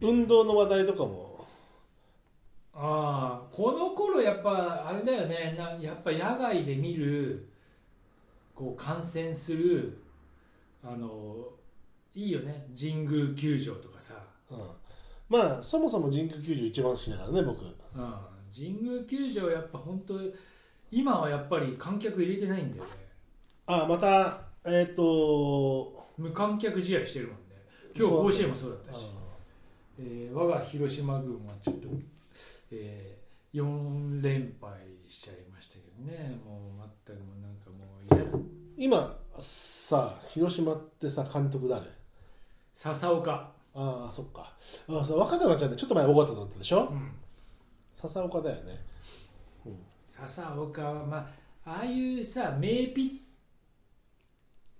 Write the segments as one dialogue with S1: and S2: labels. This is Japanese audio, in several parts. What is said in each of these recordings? S1: 運動の話題とかも
S2: ああこの頃やっぱあれだよねなやっぱ野外で見るこう観戦するあのいいよね神宮球場とかさ、
S1: うんまあそもそも神宮球場一番好きだからね僕
S2: うん、神宮球場やっぱ本当今はやっぱり観客入れてないんだよね
S1: あまたえっ、と
S2: 無観客試合してるもんね今日
S1: そう
S2: 甲子園もそうだったし、
S1: う
S2: えー我が広島軍はちょっと、え4連敗しちゃいましたけどねもう全くもうなんかもう嫌だ
S1: ん今さ広島ってさ監督誰
S2: 笹岡、
S1: ああそっかあーそう若田のちゃんねちょっと前尾形だったでしょ
S2: うん、
S1: 笹岡だよね
S2: 笹岡はまあああいうさ名ピ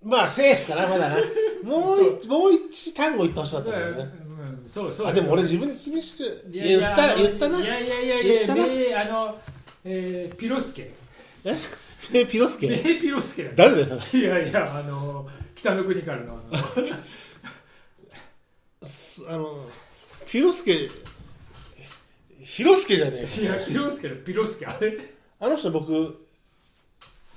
S1: まあセーフかなま だなもう一もう一単語言ってほしか
S2: ッ
S1: ったんだよね
S2: うん、そうそう
S1: あでも俺自分に厳しく
S2: いやい
S1: 言っ
S2: や
S1: た
S2: あの
S1: 言ったない
S2: やいやいや
S1: 言
S2: い
S1: っ
S2: や
S1: たな
S2: 名あの、えーピロスケ
S1: えピロス
S2: 名
S1: ケ
S2: ピロスケだよ
S1: 誰だよそれ
S2: いやいやあの北の国からのあの
S1: すあのピロスケヒロスケじゃね
S2: いや
S1: え
S2: ピロスケだピロスケあれ
S1: あの人僕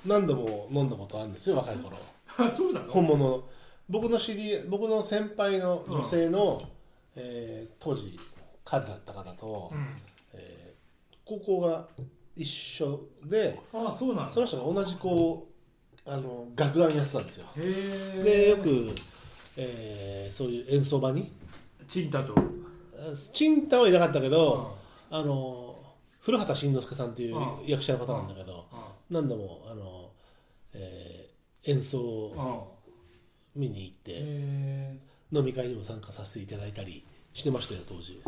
S1: 何度も飲んだことあるんですよ若い頃
S2: あそうなの
S1: 本物の僕の知り僕の先輩の女性の、えー当時彼だった方と、
S2: うん
S1: えー高校が一緒で
S2: あそうなの
S1: その人が同じこうあの楽団やってたんですよ
S2: へえ
S1: でよく、えーそういう演奏場に
S2: チンタと
S1: あチンタはいなかったけど、
S2: うん
S1: あの古畑慎之介さんっていう
S2: うん
S1: 役者の方なんだけど、
S2: あ
S1: 何度もあの、えー演奏を
S2: あ
S1: 見に行って、
S2: へえ
S1: 飲み会にも参加させていただいたりしてましたよ当時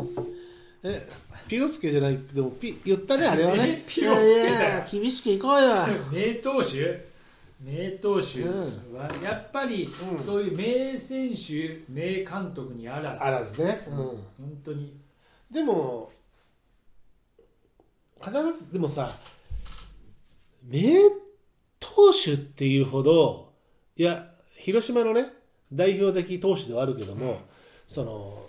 S1: えピロスケじゃないけどピ言ったねあれはね
S2: え ピロスケだよ
S1: いやいや厳しくいこうよ
S2: 名投手名投手
S1: う
S2: はやっぱり
S1: うん
S2: そういう名選手名監督にあらず
S1: あらずね、うん、
S2: 本当に
S1: でも必ずでもさ名投手っていうほどいや広島のね代表的投手ではあるけども、
S2: うん
S1: その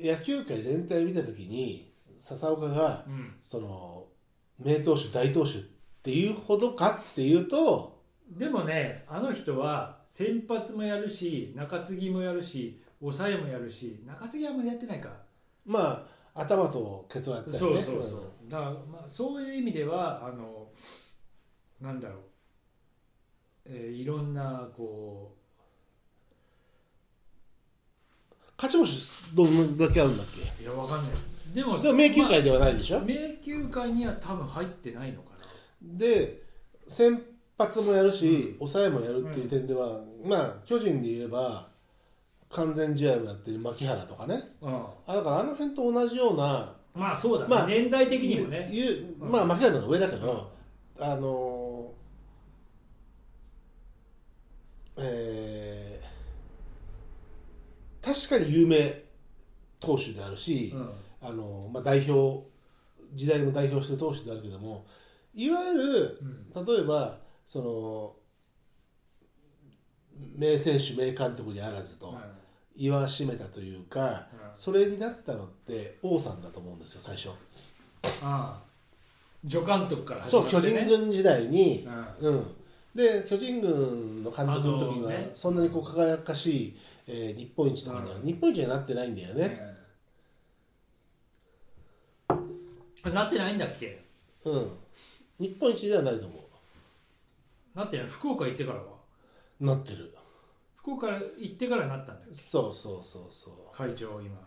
S1: 野球界全体見た時に笹岡が
S2: うん
S1: その名投手大投手っていうほどかっていうと
S2: でもねあの人は先発もやるし中継ぎもやるし抑えもやるし中継ぎはあんまりやってないか
S1: まあ頭とケツはやったよ
S2: そう
S1: ね
S2: そうそうだから、まあ、そういう意味ではあのなんだろう、えーいろんなこ
S1: 勝ち星どんだけあるんだっけ
S2: ういやわかんないでも
S1: でも名球
S2: ま
S1: 会ではないでしょ、
S2: あ迷宮会には多分入ってないのかな
S1: で先発もやるし、抑えもやるっていう点では、まあ巨人で言えば完全試合もやってる牧原とかね
S2: うん
S1: あだからあの辺と同じような
S2: まあそうだね、
S1: まあ
S2: 年代的にもね
S1: ゆゆ
S2: うん
S1: まあ牧原の方が上だけど、あのーえー確かに有名投手であるし、
S2: うん
S1: あのまあ、代表時代も代表してる投手であるけどもいわゆる
S2: うん
S1: 例えばその名選手名監督にあらずと
S2: はい
S1: 言わしめたというか
S2: うん
S1: それになったのって王さんだと思うんですよ最初
S2: ああ助監督から
S1: そう巨人軍時代に
S2: うん
S1: うんで巨人軍の監督の時には
S2: あのね
S1: そんなにこう輝かしい、えー日本一とかには
S2: うん
S1: 日本一にはなってないんだよね
S2: うんなってないんだっけ
S1: うん日本一ではないと思
S2: なってない福岡行ってからは
S1: うなってる
S2: 福岡行ってからなったんだよ
S1: そうそうそうそう
S2: 会長今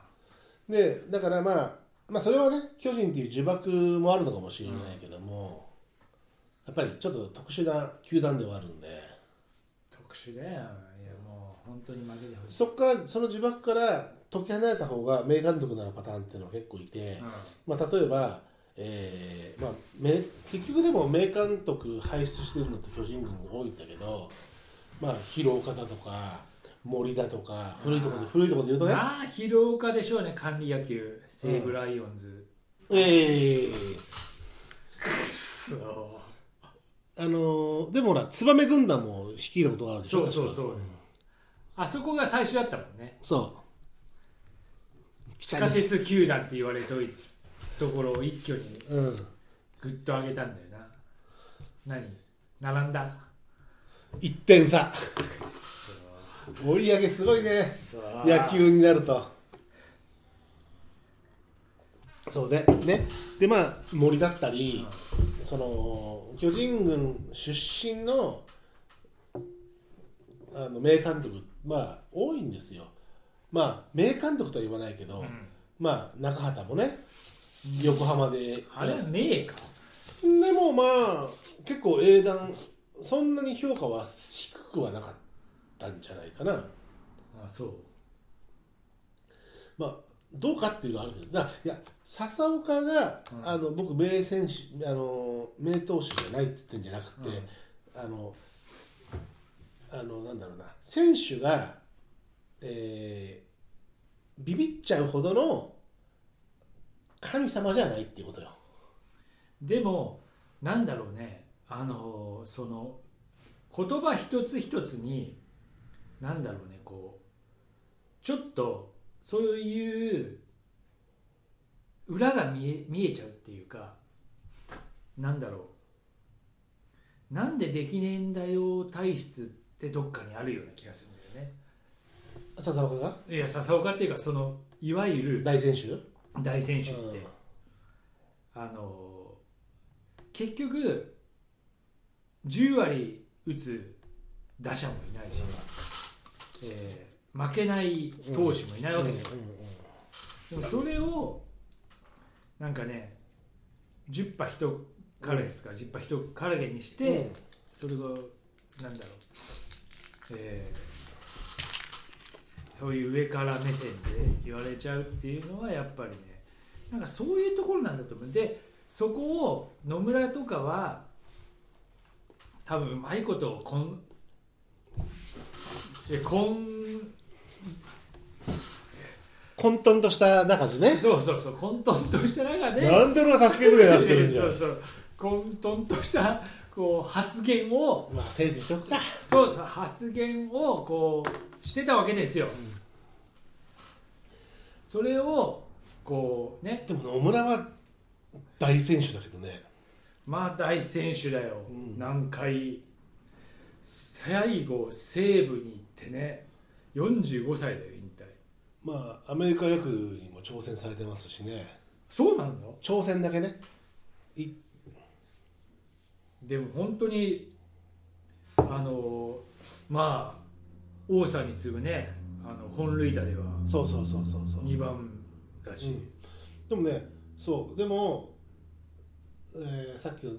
S1: でだからまあまあそれはね巨人っていう呪縛もあるのかもしれないけども、やっぱりちょっと特殊な球団ではあるんで
S2: 特殊だよいやもう本当に負けてほしい
S1: そこからその呪縛から解き放れた方が名監督になるパターンっていうのが結構いて、まあ、例えば、えーまあ、名結局でも名監督輩出してるのって巨人軍が多いんだけど、まあ、広岡だとか森だとか古いところで古いところで言うと
S2: うん
S1: ね
S2: まあ広岡でしょうね管理野球西武ライオンズ
S1: えー
S2: そ
S1: あのーでもほら燕軍団も率いたことがある
S2: う
S1: でしょ
S2: そうそうそう
S1: 確か
S2: あそこが最初だったもんね
S1: そ
S2: 地下鉄球団って言われといところを一挙に
S1: うん
S2: グッと上げたんだよな何並んだ
S1: 1点差
S2: そ
S1: 追い上げすごいね
S2: う
S1: 野球になるとそうでねでまあ森だったりその巨人軍出身のあの名監督まあ多いんですよまあ名監督とは言わないけど、
S2: うん
S1: まあ中畑もね横浜で
S2: あれは名か
S1: でもまあ結構英断そんなに評価は低くはなかったんじゃないかな
S2: あそう
S1: まあどうかっていうのはあるけどだからいや笹岡が、
S2: うん
S1: あの僕名選手あの名投手じゃないって言ってんじゃなくて、
S2: うん
S1: あのあのなんだろうな選手が、えービビっちゃうほどの神様じゃないっていうことよ。
S2: でもなんだろうねあのその言葉一つ一つになんだろうねこうちょっとそういう裏が見え見えちゃうっていうかなんだろうなんでできねえんだよ体質ってどっかにあるような気がするんだよね。
S1: 笹岡が
S2: いや笹岡っていうかそのいわゆる
S1: 大選手、
S2: 大選手って、
S1: うん
S2: あの結局10割打つ打者もいないし、えー負けない投手もいないわけで,、でもそれをなんかね10羽1からですか、10羽1からげにして、それがなんだろう、えーそういう上から目線で言われちゃうっていうのはやっぱりねなんかそういうところなんだと思うでそこを野村とかは多分うまいことをこんえこん
S1: 混沌とした中でね
S2: そうそうそう混沌とした中で
S1: なんで俺は助け舟出してるんじゃん
S2: そうそう混沌としたこう発言を
S1: まあ整理しとくか
S2: そうそう発言をこうしてたわけですよ、それをこうね
S1: でも野村は大選手だけどね
S2: まあ大選手だよ、
S1: うん
S2: 何回最後西武に行ってね45歳だよ引退
S1: まあアメリカ野球にも挑戦されてますしね
S2: そうなんの
S1: 挑戦だけね
S2: でも本当にあのまあ王さんに次ぐねあの本塁打では
S1: そうそうそうそうそう
S2: 2番だ
S1: う
S2: し、
S1: んでもねそうでも、えーさっきの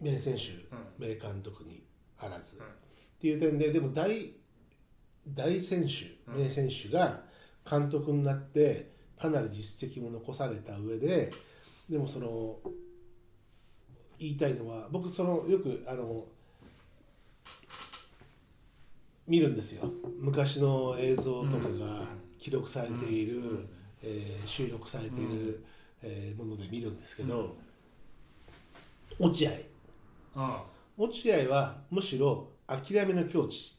S1: 名選手
S2: うん
S1: 名監督にあらず、
S2: うん
S1: っていう点ででも大大選手
S2: うん
S1: 名選手が監督になってかなり実績も残された上ででもその言いたいのは僕そのよくあの見るんですよ昔の映像とか
S2: うん
S1: が記録されている、えー収録されている、
S2: うん
S1: えーもので見るんですけど、落合
S2: あ
S1: 落合はむしろ諦めの境地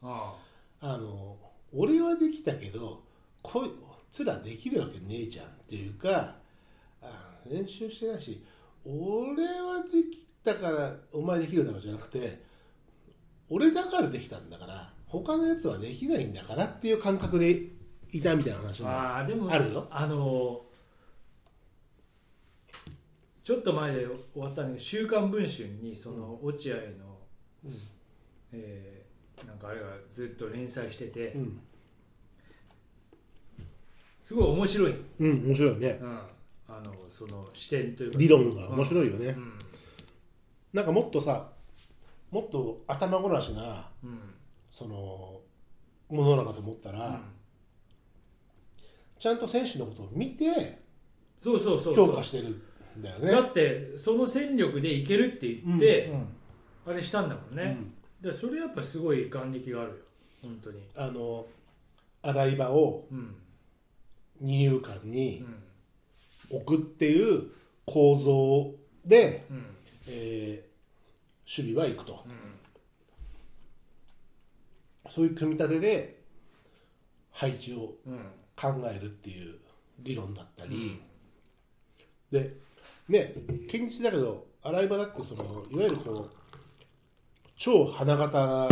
S2: あああ
S1: あの俺はできたけどこいつらできるわけねえじゃんっていうかあ練習してないし俺はできたからお前できるだろうじゃなくて俺だからできたんだから他のやつはできないんだからっていう感覚でいたみたいな話も
S2: あーでも
S1: あるよ
S2: あのちょっと前で終わったんだけど「週刊文春」にその落合の、
S1: うん
S2: えーなんかあれがずっと連載してて
S1: うん、
S2: すごい面白い、うん、
S1: うん、面白いね
S2: あのその視点というか
S1: 理論が面白いよね、
S2: うん
S1: なんかもっとさもっと頭ごなしな
S2: うん
S1: そのものなのかと思ったら、
S2: うん
S1: ちゃんと選手のことを見て
S2: そうそうそうそう
S1: 評価してるんだよね。
S2: だってその戦力でいけるって言って、
S1: うんうん
S2: あれしたんだもん
S1: う
S2: ね、
S1: ん
S2: でそれやっぱすごい眼力があるよ本当に
S1: あの洗い場を
S2: うん
S1: 二遊間
S2: う
S1: に
S2: ん
S1: 置くっていう構造で、
S2: うん
S1: えー守備は行くと
S2: うん
S1: そういう組み立てで配置を
S2: うん、
S1: 考えるっていう理論だった
S2: う
S1: り
S2: ん、
S1: でね堅実だけど洗い場だってそのいわゆるこう超花形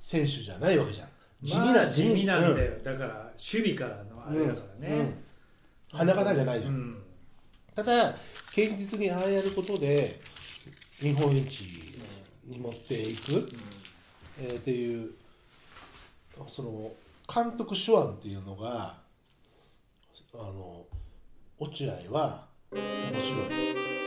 S1: 選手じゃないわけじゃん地味な、
S2: まあ地味なん
S1: う
S2: だよ、だから守備からのあれだから
S1: うん
S2: ね、
S1: 花形じゃないじゃん
S2: う、ん
S1: ただ堅実にああやることで日本一に持っていく、えーっていうその監督手腕っていうのがあの落合は面白い